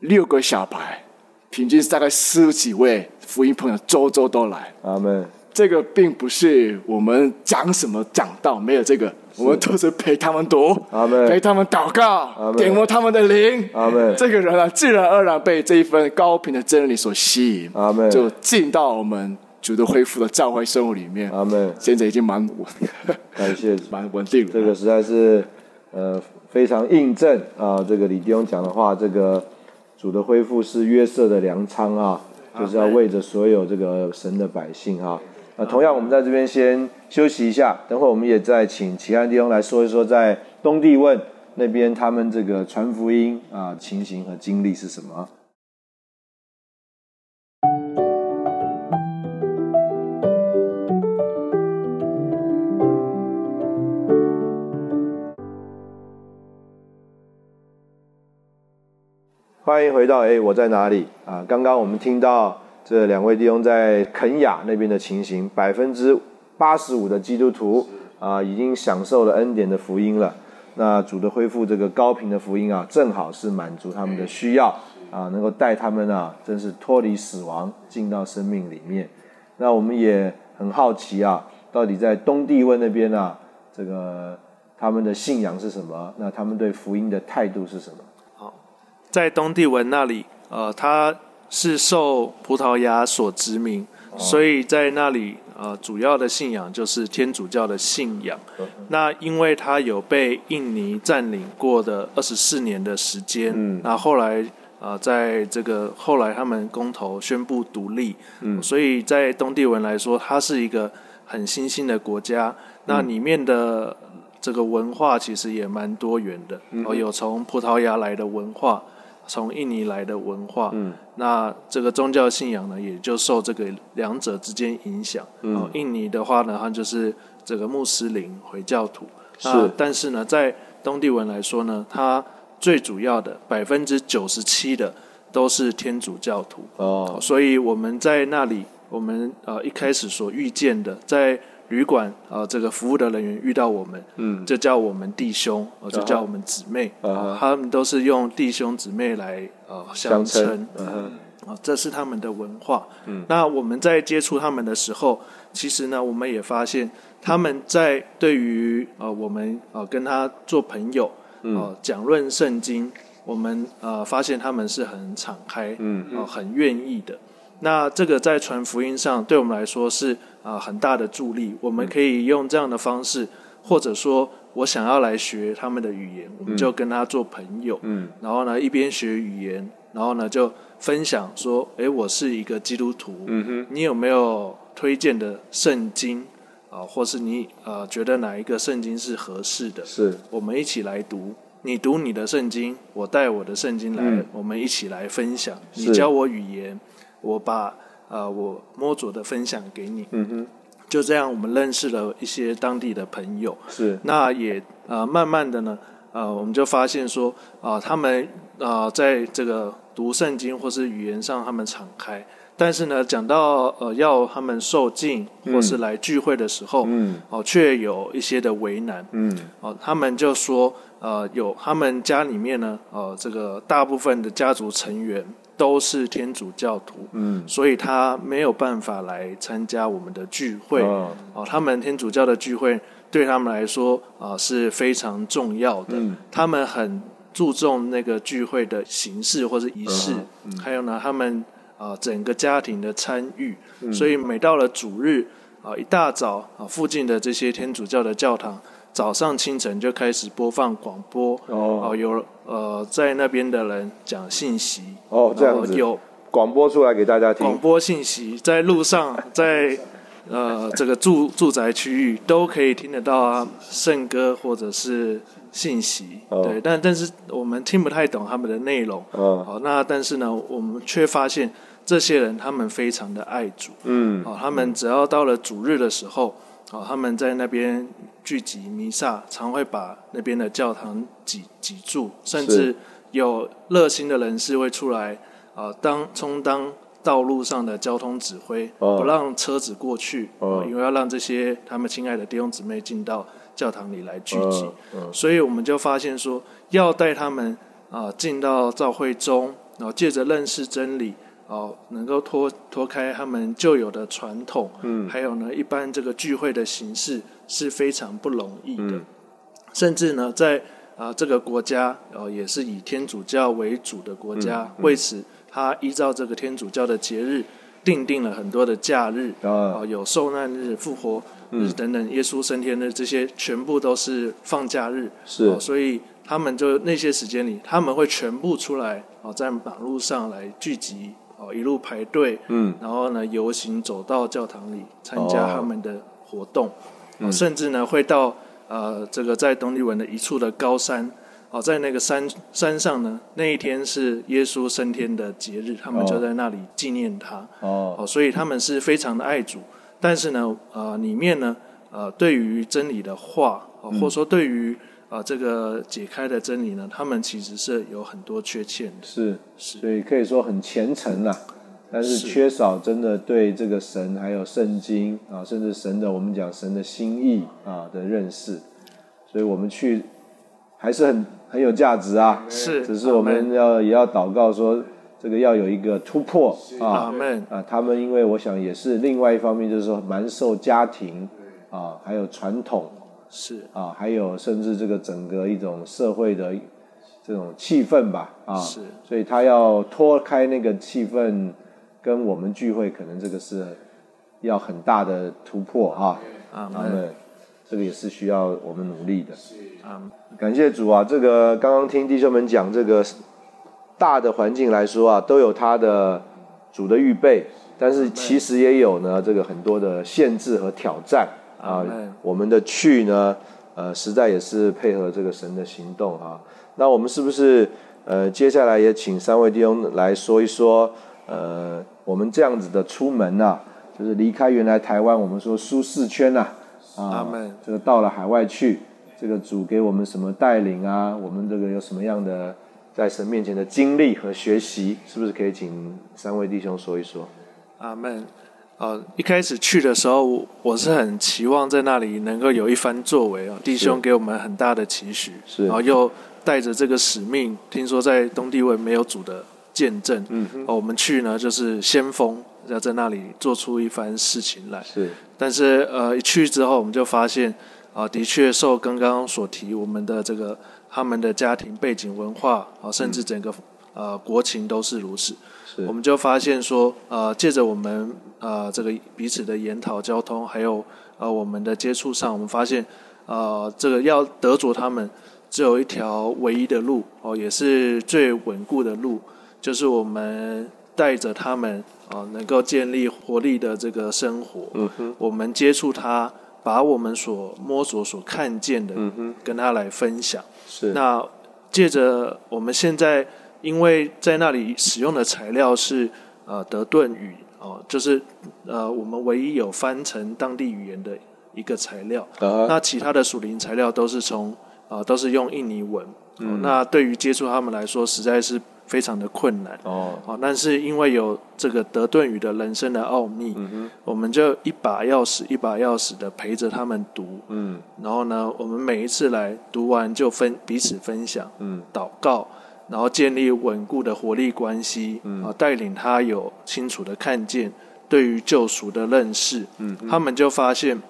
E: 六个小白，平均大概十几位福音朋友周周都来。
B: 阿门，
E: 这个并不是我们讲什么讲道，没有这个，我们都是陪他们读
B: 阿们，
E: 陪他们祷
B: 阿
E: 告，
B: 们
E: 点摸他们的灵
B: 阿们
E: 这个人啊，自然而然被这一份高频的真理所吸引
B: 阿们
E: 就进到我们主的恢复的召回生活里面
B: 阿们
E: 现在已经蛮稳，
B: 感谢主
E: 蛮稳定了。
B: 这个实在是呃非常印证啊，这个李弟兄讲的话，这个主的恢复是约瑟的粮仓啊，就是要为着所有这个神的百姓啊。那同样，我们在这边先休息一下，等会我们也再请其他弟兄来说一说，在东帝汶那边他们这个传福音啊情形和经历是什么啊。欢迎回到哎，我在哪里啊？刚刚我们听到这两位弟兄在肯雅那边的情形，百分之八十五的基督徒啊，已经享受了恩典的福音了。那主的恢复这个高频的福音啊，正好是满足他们的需要啊，能够带他们啊，真是脱离死亡，进到生命里面。那我们也很好奇啊，到底在东帝汶那边啊，这个他们的信仰是什么？那他们对福音的态度是什么？
C: 在东帝汶那里，呃，它是受葡萄牙所殖民，所以在那里，呃，主要的信仰就是天主教的信仰。那因为它有被印尼占领过的二十四年的时间，
B: 嗯
C: 那后来。呃，在这个后来他们公投宣布独立，嗯，所以在东帝汶来说，它是一个很新兴的国家。那里面的这个文化其实也蛮多元的，哦，有从葡萄牙来的文化，从印尼来的文化，嗯，那这个宗教信仰呢，也就受这个两者之间影响。嗯、哦，印尼的话呢，它就是这个穆斯林回教徒，那
B: 是
C: 但是呢，在东帝汶来说呢，它最主要的百分之九十七的都是天主教徒，
B: 哦，
C: 所以我们在那里，我们呃一开始所遇见的，在旅馆啊、呃这个服务的人员遇到我们，嗯，就叫我们弟兄，呃、就叫我们姊妹，
B: 嗯哼
C: 呃他们都是用弟兄姊妹来呃
B: 相
C: 相
B: 称嗯
C: 称，，
B: 哼。
C: 啊，这是他们的文化。嗯，那我们在接触他们的时候，其实呢，我们也发现他们在对于呃，我们呃跟他做朋友，呃，讲论圣经，我们呃发现他们是很敞开，嗯，呃，很愿意的。那这个在传福音上，对我们来说是啊、呃很大的助力。我们可以用这样的方式，或者说我想要来学他们的语言，我们就跟他做朋友。嗯，然后呢，一边学语言，然后呢就分享说：“诶，我是一个基督徒，嗯哼，你有没有推荐的圣经啊、或是你呃觉得哪一个圣经是合适的？
B: 是
C: 我们一起来读。”你读你的圣经，我带我的圣经来，我们一起来分享。你
B: 是
C: 教我语言，我把呃我摸索的分享给你。嗯哼，就这样，我们认识了一些当地的朋友。
B: 是
C: 那也呃，慢慢的呢，呃，我们就发现说，啊、他们啊、呃在这个读圣经或是语言上，他们敞开。但是呢，讲到呃要他们受浸或是来聚会的时候，
B: 嗯，
C: 哦、却有一些的为难，
B: 嗯，
C: 哦、他们就说，呃，有他们家里面呢，呃，这个大部分的家族成员都是天主教徒，
B: 嗯，
C: 所以他没有办法来参加我们的聚会，
B: 哦
C: 哦，他们天主教的聚会对他们来说啊、是非常重要的，
B: 嗯
C: 他们很注重那个聚会的形式或者仪式，
B: 嗯
C: 还有呢，他们啊、整个家庭的参与，
B: 嗯
C: 所以每到了主日啊、一大早啊、附近的这些天主教的教堂。早上清晨就开始播放广播，啊
B: 哦
C: 有呃在那边的人讲信息，
B: 哦这样子
C: 然后有
B: 广播出来给大家
C: 广
B: 听。
C: 播信息，在路上，在呃这个住住宅区域都可以听得到啊，圣歌或者是信息。
B: 哦
C: 对，但但是我们听不太懂他们的内容。
B: 嗯
C: 好，那但是呢，我们却发现这些人他们非常的爱主。
B: 嗯，
C: 哦，他们只要到了主日的时候，哦，他们在那边聚集弥撒，常会把那边的教堂挤挤住，甚至有热心的人士会出来啊、当充当道路上的交通指挥，
B: 哦
C: 不让车子过去，啊
B: 哦
C: 因为要让这些他们亲爱的弟兄姊妹进到教堂里来聚集。
B: 嗯嗯
C: 所以我们就发现说，要带他们啊、进到教会中，然后借着认识真理，哦、能够脱脱开他们旧有的传统，嗯，还有呢，一般这个聚会的形式是非常不容易的，甚至呢，在啊、这个国家，哦，也是以天主教为主的国家，为此他依照这个天主教的节日。定定了很多的假日，
B: 啊
C: 哦，有受难日、复活日等等，耶稣升天日，这些全部都是放假日，
B: 是
C: 哦，所以他们就那些时间里，他们会全部出来哦，在马路上来聚集哦，一路排队，
B: 嗯，
C: 然后呢游行走到教堂里参加
B: 哦嗯
C: 他们的活动，哦甚至呢会到呃这个在东帝汶的一处的高山。哦，在那个山山上呢，那一天是耶稣升天的节日，他们就
B: 哦
C: 在那里纪念他。
B: 哦，
C: 哦，所以他们是非常的爱主，但是呢，呃，里面呢，呃，对于真理的话，哦或者说对于呃这个解开的真理呢，他们其实是有很多缺陷的。
B: 是，所以可以说很虔诚啦、但是
C: 是
B: 缺少真的对这个神还有圣经啊，甚至神的我们讲神的心意啊的认识，所以我们去还是很很有价值啊。
C: 是
B: 只是我们要也要祷告说，这个要有一个突破
C: 阿
B: 啊
C: 门。
B: 啊！他们因为我想也是另外一方面，就是说蛮受家庭啊，还有传统
C: 是
B: 啊，还有甚至这个整个一种社会的这种气氛吧，啊，
C: 是
B: 所以他要脱开那个气氛，跟我们聚会，可能这个是要很大的突破哈，
C: 阿
B: 他
C: 门。
B: 们这个也是需要我们努力的。
C: 阿门。
B: 感谢主啊！这个刚刚听弟兄们讲，这个大的环境来说啊，都有他的主的预备，但是其实也有呢，这个很多的限制和挑战啊
C: Amen。
B: 我们的去呢，呃，实在也是配合这个神的行动啊。那我们是不是呃，接下来也请三位弟兄来说一说，呃，我们这样子的出门呐、就是离开原来台湾我们说舒适圈呐、啊，
C: 阿门
B: 这个到了海外去，这个主给我们什么带领啊？我们这个有什么样的在神面前的经历和学习？是不是可以请三位弟兄说一说？
C: 阿门。哦，一开始去的时候，我我是很期望在那里能够有一番作为哦，弟兄给我们很大的期许，
B: 是
C: 然后又带着这个使命，听说在东帝汶没有主的见证，嗯，哦，我们去呢就是先锋，要在那里做出一番事情来，
B: 是
C: 但是呃，一去之后我们就发现啊、的确受刚刚所提我们的这个他们的家庭背景、文化啊、甚至整个、呃国情都是如此。
B: 是
C: 我们就发现说，呃，借着我们呃这个彼此的研讨、交通，还有呃我们的接触上，我们发现，呃，这个要得着他们，只有一条唯一的路哦，也是最稳固的路，就是我们带着他们啊、能够建立活力的这个生活。嗯哼，我们接触他，把我们所摸索、所看见的，嗯哼，跟他来分享。
B: 是
C: 那借着我们现在，因为在那里使用的材料是呃德顿语哦、就是呃我们唯一有翻成当地语言的一个材料。
B: 啊
C: 那其他的属灵材料都是从呃都是用印尼文、哦那对于接触他们来说，实在是非常的困难。
B: 哦
C: 哦，但是因为有这个德顿语的人生的奥秘，
B: 嗯
C: 我们就一把钥匙一把钥匙的陪着他们读，
B: 嗯
C: 然后呢，我们每一次来读完就分彼此分享，
B: 嗯，
C: 祷告，然后建立稳固的活力关系，嗯，啊，带领他有清楚的看见对于救赎的认识，嗯，他们就发现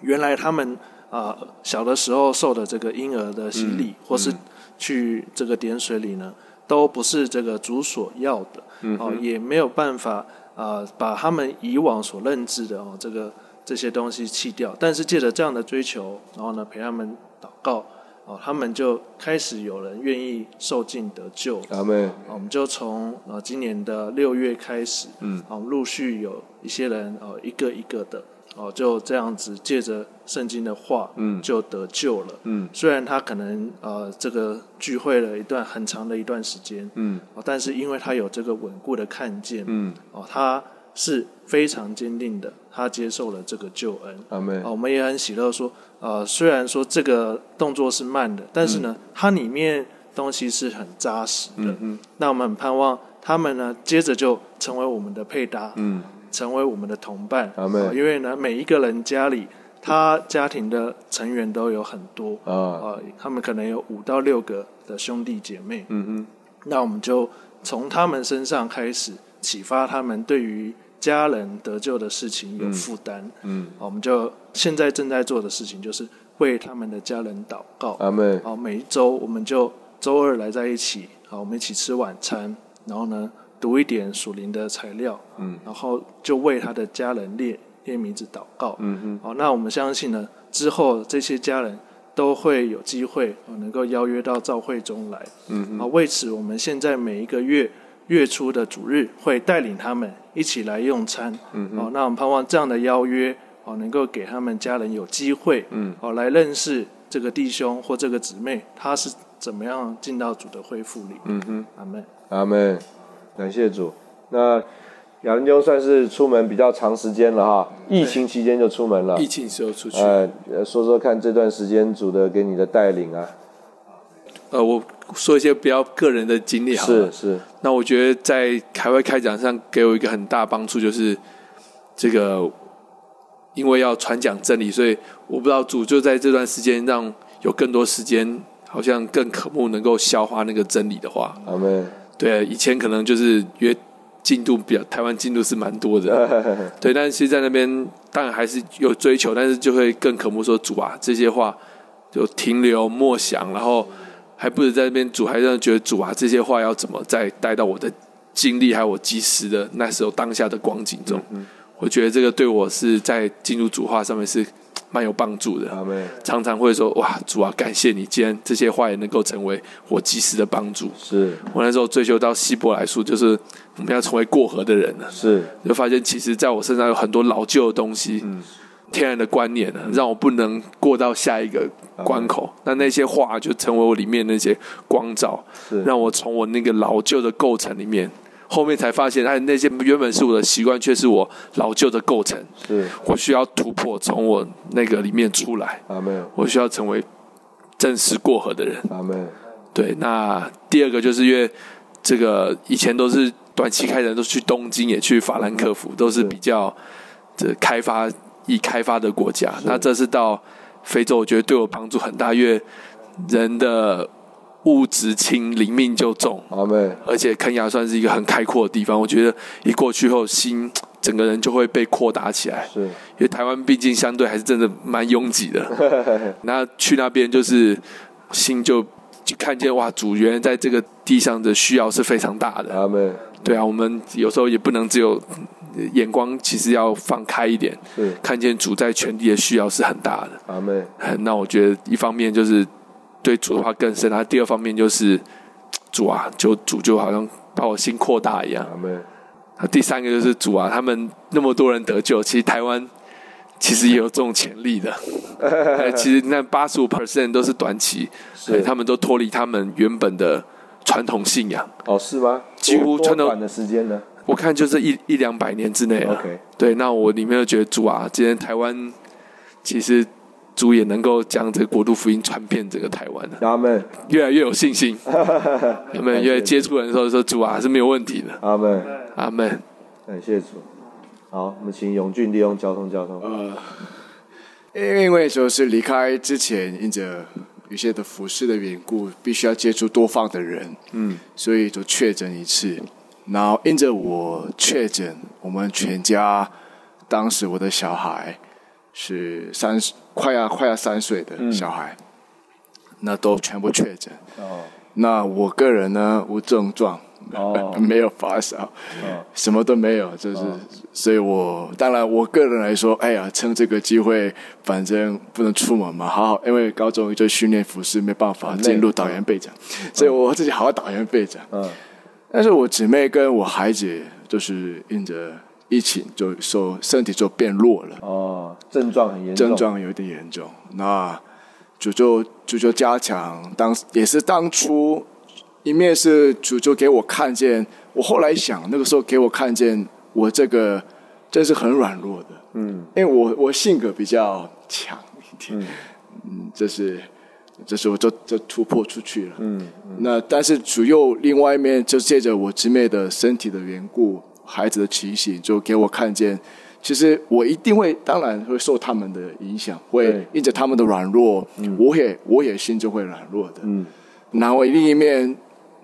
C: 原来他们啊、小的时候受的这个婴儿的洗礼，或是去这个点水里呢，都不是这个主所要的，哦，也没有办法啊、把他们以往所认知的哦这个这些东西弃掉，但是借着这样的追求，然后呢陪他们祷告，哦，他们就开始有人愿意受尽得救。
B: 阿妹，
C: 啊我们就从呃今年的六月开始，
B: 嗯
C: 啊，陆续有一些人呃一个一个的哦、就这样子借着圣经的话，
B: 嗯
C: 就得救了。
B: 嗯
C: 虽然他可能呃这个聚会了一段很长的一段时间，
B: 嗯
C: 哦，但是因为他有这个稳固的看见，
B: 嗯，
C: 哦，他是非常坚定的，他接受了这个救恩。
B: 阿妹
C: 哦，，我们也很喜乐说，呃，虽然说这个动作是慢的，但是呢，它里面东西是很扎实的。
B: 嗯嗯
C: 那我们很盼望他们呢，接着就成为我们的配搭，
B: 嗯
C: 成为我们的同伴。
B: 阿们
C: 哦因为呢，每一个人家里，他家庭的成员都有很多，
B: 啊，
C: 呃，他们可能有五到六个的兄弟姐妹。
B: 嗯
C: 那我们就从他们身上开始启发他们对于家人得救的事情有负担。啊
B: 嗯
C: 好我们就现在正在做的事情就是为他们的家人祷告
B: 嗯，。阿妹，
C: 好，每一周我们就周二来在一起，好，我们一起吃晚餐，然后呢读一点属灵的材料，
B: 嗯
C: 然后就为他的家人列列名字祷告。
B: 嗯嗯，
C: 好，那我们相信呢，之后这些家人都会有机会哦能够邀约到教会中来。
B: 嗯
C: 啊，为此我们现在每一个月月初的主日会带领他们一起来用餐。
B: 嗯
C: 哦，那我们盼望这样的邀约哦，能够给他们家人有机会，
B: 嗯
C: 哦，来认识这个弟兄或这个姊妹，他是怎么样进到主的恢复里。
B: 嗯哼，
C: 阿门。
B: 阿妹，感谢主。那雅文兄算是出门比较长时间了哈，疫情期间就出门了
D: 嗯疫。情时候出去，
B: 呃，呃说说看这段时间主的给你的带领啊，
D: 呃，我说一些比较个人的经历好了
B: 是。是，
D: 那我觉得在海外开展上给我一个很大帮助，就是这个，因为要传讲真理，所以我不知道主就在这段时间让有更多时间，好像更渴慕能够消化那个真理的话。
B: 阿妹，
D: 对，啊以前可能就是约进度比较台湾进度是蛮多的，对，但是其实在那边当然还是有追求，但是就会更渴慕说主啊这些话就停留默想，然后还不止在那边主，还让人觉得主啊这些话要怎么再带到我的经历还有我及时的那时候当下的光景中，我觉得这个对我是在进入主话上面是蛮有帮助的。
B: 阿妹，
D: 常常会说哇，主啊，感谢你，今天这些话也能够成为我及时的帮助。
B: 是
D: 我那时候追求到希伯来书，就是我们要成为过河的人了，
B: 是，
D: 就发现其实在我身上有很多老旧的东西，天然的观念呢，让我不能过到下一个关口。那那些话就成为我里面那些光照
B: 是，
D: 让我从我那个老旧的构成里面，后面才发现，哎，那些原本是我的习惯，却是我老旧的构成。
B: 是
D: 我需要突破，从我那个里面出来，
B: 阿妹，
D: 我需要成为正式过河的人。
B: 阿妹，
D: 对，那第二个就是因为这个以前都是短期开展，都去东京，也去法兰克福，都是比较这开发已开发的国家。那这次到非洲，我觉得对我帮助很大，因为人的物质轻，灵命就重，
B: 阿妹，
D: 而且肯亚算是一个很开阔的地方。我觉得一过去后，心整个人就会被扩大起来。
B: 是
D: 因为台湾毕竟相对还是真的蛮拥挤的。那去那边就是心就就看见哇，主原来在这个地上的需要是非常大的。
B: 阿妹，
D: 对啊，我们有时候也不能只有呃眼光，其实要放开一点，
B: 是
D: 看见主在全地的需要是很大的。
B: 阿妹，
D: 嗯那我觉得一方面就是对主的话更深，然后第二方面就是主啊，就主就好像把我心扩大一样。
B: 阿妹，
D: 那第三个就是主啊，他们那么多人得救，其实台湾其实也有这种潜 力的。哎其实那八十五 percent 都是短期，哎
B: 是
D: 他们都脱离他们原本的传统信仰。
B: 哦，是吗？
D: 几乎
B: 多
D: 穿到
B: 短的时间呢
D: 我看就是一一两百年之内了。
B: ？OK，
D: 对，啊那我里面就觉得主啊，今天台湾其实主也能够将这个国度福音传遍整个台湾的，
B: 阿妹，
D: 越来越有 信心。他们越来越
B: 主
D: 接触人的时候说主啊是没有问题的。
B: 阿妹，
D: 阿门。
B: 感谢主。好，我们请永俊利用交通交
D: 嗯
B: 通。
E: 呃，因为就是离开之前，因着有些的服饰的缘故，必须要接触多方的人，嗯，所以就确诊一次。然后因着我确诊，我们全家当时我的小孩是三岁快要快要三岁的小孩，那都全部确诊。
B: 哦，
E: 那我个人呢无症状，
B: 哦 嗯
E: 没有发烧，什么都没有，就是，所以我当然我个人来说，哎呀，趁这个机会，反正不能出门嘛，好好，因为高中就训练服饰没办法
B: 累
E: 进入导员备战，所以我自己好好导员备战。
B: 嗯，
E: 但是我姊妹跟我孩子就是因着疫情就受身体就变弱了，
B: 哦，症状很严重，
E: 症状有点严重。那主就主就加强，当也是当初一面是主就给我看见，我后来想那个时候给我看见我这个真是很软弱的，
B: 嗯，
E: 因为我我性格比较强一点，嗯，这是这是我就就突破出去了，
B: 嗯，
E: 那但是主又另外一面，就借着我姊妹的身体的缘故，孩子的提醒，就给我看见，其实我一定会，当然会受他们的影响，会
B: 对
E: 因着他们的软弱，我也我也心中会软弱的。
B: 嗯，
E: 然后另一面，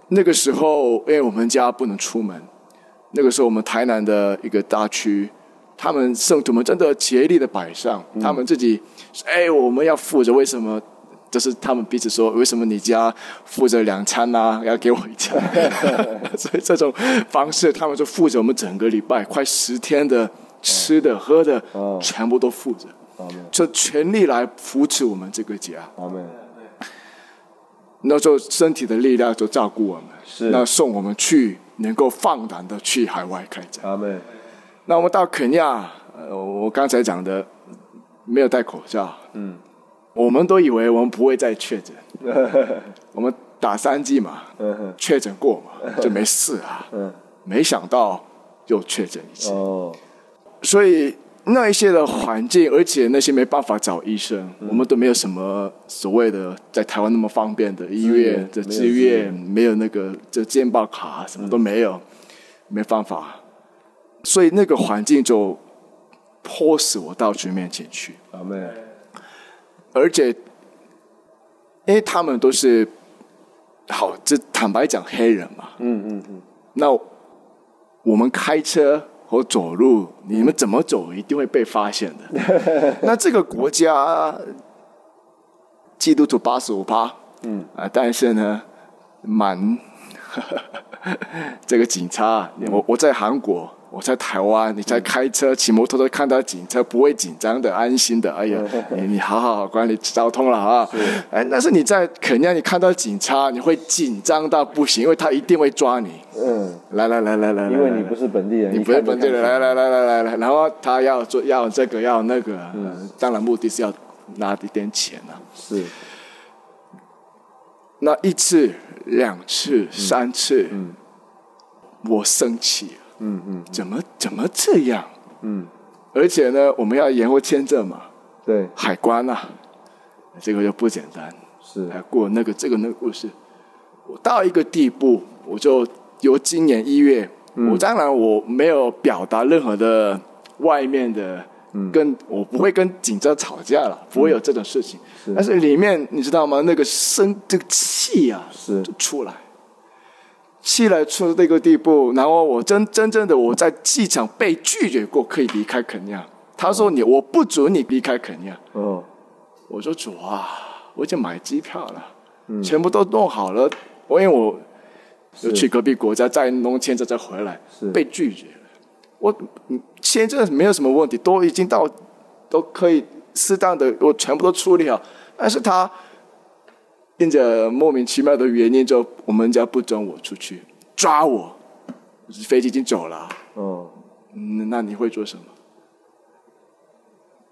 E: 那个时候因为我们家不能出门，那个时候我们台南的一个大区，他们圣徒们真的竭力的摆上，
B: 嗯
E: 他们自己，哎，我们要负责，为什么？就是他们彼此说，为什么你家负责两餐啊，要给我一餐？所以这种方式，他们就负责我们整个礼拜快十天的吃的、喝的，
B: 哦
E: 全部都负责，
B: 阿门，
E: 就全力来扶持我们这个家。
B: 阿门，
E: 那就身体的力量就照顾我们，
B: 是
E: 那送我们去能够放胆的去海外开展。
B: 阿门，
E: 那我们到肯亚，呃，我刚才讲的没有戴口罩，
B: 嗯，
E: 我们都以为我们不会再确 诊，我们打三剂嘛，
B: 嗯哼，
E: 确诊过嘛，就没事啊，
B: 嗯，
E: 没想到又确诊一次，
B: 哦，
E: 所以那一些的环境，而且那些没办法找医生，我们都没有什么所谓的在台湾那么方便的医院
B: 资源
E: 的资
B: 没有资
E: 源，
B: 源
E: 没有那个这健保卡什么都没有，没办法，所以那个环境就迫使我到局面前去，
B: 阿门，
E: 而且因为他们都是好，这坦白讲黑人嘛，
B: 嗯嗯嗯，
E: 那我们开车和走路，你们怎么走一定会被发现的。那这个国家基督徒八十五趴，嗯啊，但是呢，满这个警察，我我在韩国，我在台湾，你在开车骑摩托车看到警车不会紧张的，安心的，哎呀，你你好好管理交通了啊！哎，但是你在肯尼亚，你看到警察，你会紧张到不行，因为他一定会抓你。
B: 嗯，
E: 来来来来来，
B: 因为
E: 来
B: 你不是本地人，
E: 你
B: 一
E: 不是
B: 看就
E: 本地人，
B: 看
E: 来来来来来来，然后他要做要这个要那个，嗯，当然目的是要拿一点钱啊。
B: 出来，是，
E: 那一次、两次、
B: 嗯
E: 三次，我生气了，
B: 嗯嗯
E: 怎么怎么这样？
B: 嗯，
E: 而且呢，我们要延后签证嘛，
B: 对，
E: 海关啊，这个就不简单，
B: 是，
E: 还过那个这个那个故事。我到一个地步，我就由今年一月，我当然我没有表达任何的外面的，跟我不会跟警察吵架了，不会有这种事情。但是里面你知道吗？那个生这个气啊，
B: 是
E: 就出来。气来出到这个地步，然后我真真正的我在机场被拒绝过，可以离开肯亚。他说你我不准你离开肯亚，
B: 哦，
E: 我说主啊，我已经买机票了，全部都弄好了，我因为我就去隔壁国家再弄签证再回来
B: 是，
E: 被拒绝了。我嗯签证没有什么问题，都已经到都可以适当的，我全部都处理好。但是他因着莫名其妙的原因，就我们家不准我出去，抓我，飞机已经走了。
B: 哦，
E: 嗯，那你会做什么？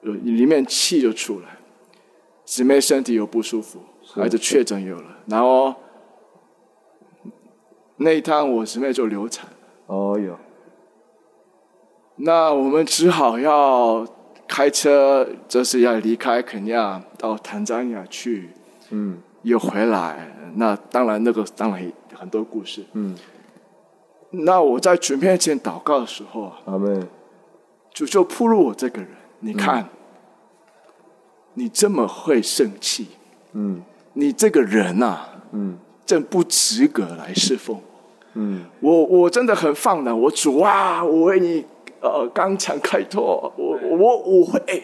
E: 呃里面气就出来，姊妹身体有不舒服，孩子确诊有了，然后那一趟我姊妹就流产，
B: 哦哟，
E: 那我们只好要开车，就是要离开肯亚到坦桑尼亚去，
B: 嗯，
E: 又回来。那当然，那个当然很多故事。
B: 嗯，
E: 那我在主面前祷告的时候啊，
B: 阿门，
E: 主就扑入我这个人，你看，
B: 嗯
E: 你这么会生气，
B: 嗯
E: 你这个人呐、啊，
B: 嗯
E: 真不值得来侍奉我。
B: 嗯，
E: 我我真的很放胆，我主啊，我为你呃刚强开拓，我我我会、哎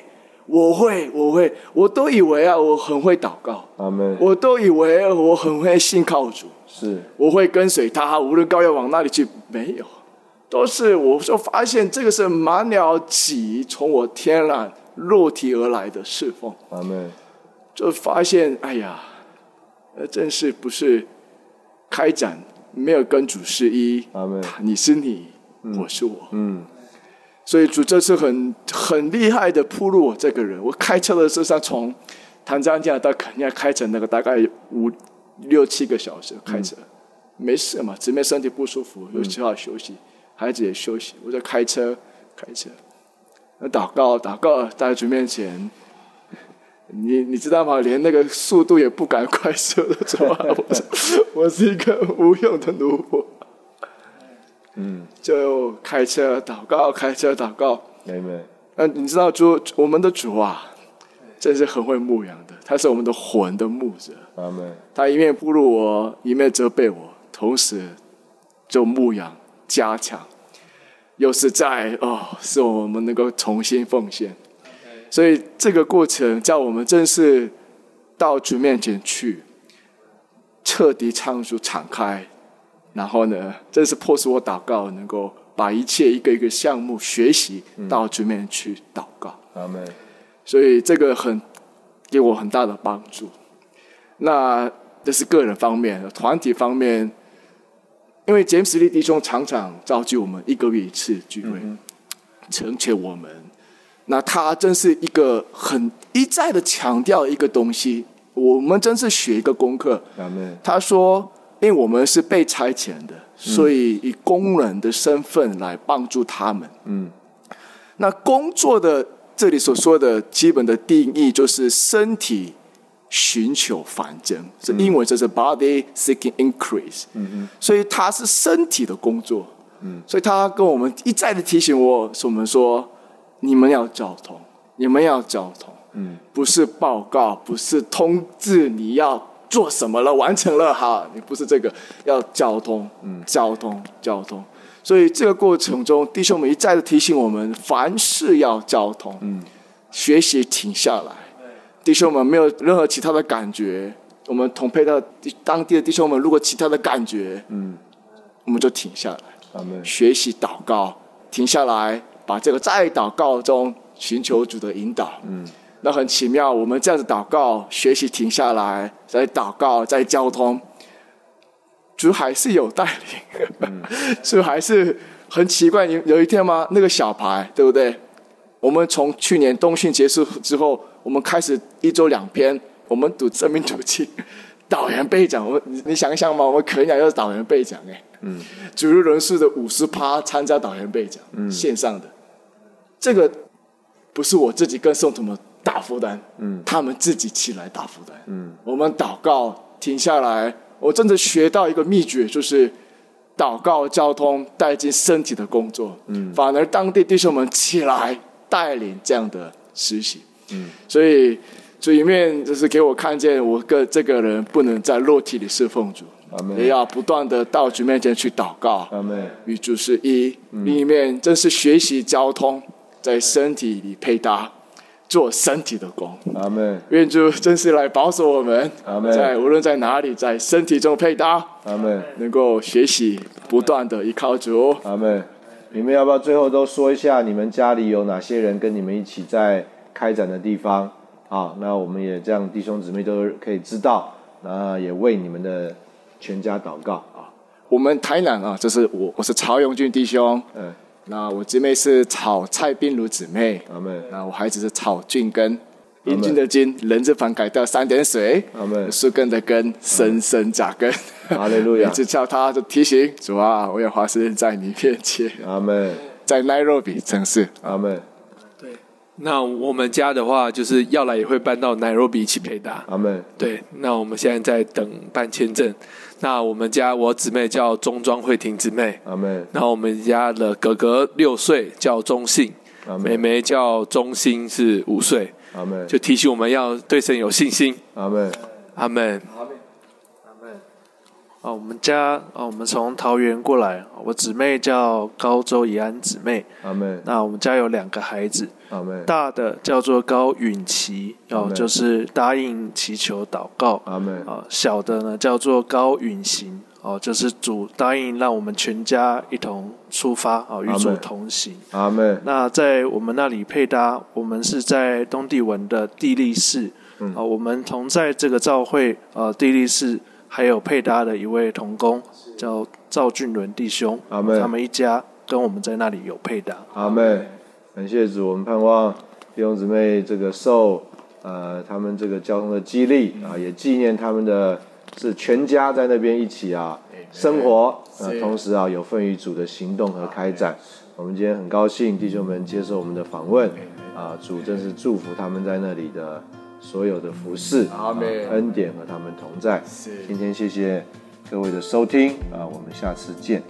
E: 我会，我会，我都以为啊，我很会祷告，
B: 阿门。
E: 我都以为啊我很会信靠主，
B: 是
E: 我会跟随他，无论高要往哪里去，没有，都是我就发现这个是满了己从我天然肉体而来的侍奉，
B: 阿门，
E: 就发现哎呀，呃，真是不是开展没有跟主是一，
B: 阿门。
E: 你是你，我是我，
B: 嗯，
E: 所以主这次很很厉害的铺路我这个人。我开车的时候，从坦桑尼亚到肯尼亚开车那个大概五六七个小时开
B: 嗯
E: 车，没事嘛，只面身体不舒服，有需要休息，孩子也休息，我就开车开车，那祷告祷告，在主面前。你你知道吗？连那个速度也不敢快速的走啊！我 是我是一个无用的奴仆。就开车祷告，开车祷告。
B: 阿门，
E: 那你知道主，我们的主啊，真是很会牧羊的，他是我们的魂的牧者，
B: 阿门，
E: 他一面铺路我，一面责备我，同时就牧羊加强，又是在哦，是我们能够重新奉献。所以这个过程叫我们正式到主面前去，彻底唱出敞开，然后呢，这是迫使我祷告，能够把一切一个一个项目学习到主面前去祷告。
B: 阿门，
E: 所以这个很给我很大的帮助。那这是个人方面，团体方面，因为杰姆斯利弟兄常常召集我们一个月一次聚会，成全我们。那他真是一个很一再的强调一个东西，我们真是学一个功课。
B: 阿门，
E: 他说，因为我们是被差遣的，所以以工人的身份来帮助他们。
B: 嗯，
E: 那工作的这里所说的基本的定义就是身体寻求繁增，是英文就是 body seeking increase。嗯嗯，所以它是身体的工作。嗯，所以他跟我们一再的提醒我，我们说你们要交通，你们要交通。嗯，不是报告，不是通知你要。做什么了？完成了哈，你不是这个，要交通，嗯，交通，交通。所以这个过程中，弟兄们一再的提醒我们，凡事要交通，嗯，学习停下来。弟兄们没有任何其他的感觉，我们同配到地当地的弟兄们，如果其他的感觉，
B: 嗯，
E: 我们就停下来，
B: 阿门，
E: 学习祷告，停下来，把这个在祷告中寻求主的引导，嗯。那很奇妙，我们这样子祷告，学习停下来，再祷告，再交通，主还是有带领， 主还是很奇怪。有有一天吗？那个小牌，对不对？我们从去年冬训结束之后，我们开始一周两篇，我们读证明读经， 导员备讲。我们你你想一想嘛，我们可讲就是导员备讲哎，嗯，主日人数的五十趴参加导员备讲，嗯，线上的，这个不是我自己跟圣徒们打负担，嗯，他们自己起来打负担，嗯，我们祷告停下来，我真的学到一个秘诀，就是祷告交通带进身体的工作，嗯，反而当地弟兄们起来带领这样的实习，嗯，所以这里面就是给我看见我个这个人不能在肉体里侍奉主
B: 阿，门
E: 也要不断的到主面前去祷告，
B: 阿门，
E: 与主是一，另一面正是学习交通，在身体里配搭，做身体的工。
B: 阿门，
E: 愿主真是来保守我们
B: 阿们，
E: 在无论在哪里，在身体中配搭，
B: 阿门，
E: 能够学习不断的依靠主。哦
B: 阿门。你们要不要最后都说一下你们家里有哪些人跟你们一起在开展的地方啊？那我们也这样弟兄姊妹都可以知道，那也为你们的全家祷告啊。
E: 我们台南啊，这是我，我是曹永俊弟兄，
B: 嗯，
E: 那我姊妹是曹蔡冰如姊妹，
B: 阿门，
E: 那我孩子是草菌根，英俊的菌，人字旁改掉三点水
B: 阿们，
E: 树根的根，深深扎根。
B: 哈利路亚
E: 每次叫他就提醒主啊，我要花时间在你面前，
B: 阿门，
E: 在 Nairobi 城市。
B: 阿门，
D: 那我们家的话，就是要来也会搬到 Nairobi 一起配搭。
B: 阿门，
D: 对，那我们现在在等办签证。那我们家我姊妹叫中庄慧婷姊妹，
B: 阿门，
D: 然后我们家的哥哥六岁叫中信，
B: 阿
D: 妹
B: 门，
D: 妹叫中心是五岁，
B: 阿门，
D: 就提醒我们要对神有信心。
B: 阿门。
D: 阿门。
C: 啊，我们家啊，我们从桃园过来，哦我姊妹叫高州怡安姊妹。
B: 阿门，
C: 那我们家有两个孩子，
B: 阿门，
C: 大的叫做高允琪，哦，
B: Amen
C: 就是答应祈求祷告。
B: 阿门，
C: 啊，小的呢叫做高允行哦，就是主答应让我们全家一同出发啊，与主
B: Amen
C: 同行。
B: 阿门，
C: 那在我们那里配搭，我们是在东帝汶的地利寺
B: 嗯
C: 啊，我们同在这个教会呃地利寺，还有配搭的一位童工叫赵俊伦弟兄，
B: Amen
C: 他们一家跟我们在那里有配搭。
B: 阿门。感谢主，我们盼望弟兄姊妹这个受呃他们这个交通的激励啊，也纪念他们的是全家在那边一起啊生活，呃，
E: 是
B: 同时啊有份于主的行动和开展。我们今天很高兴弟兄们接受我们的访问啊，主真是祝福他们在那里的所有的服饰，
E: 阿
B: 啊
E: 们
B: 恩典和他们同在。
E: 是
B: 今天谢谢各位的收听啊，我们下次见，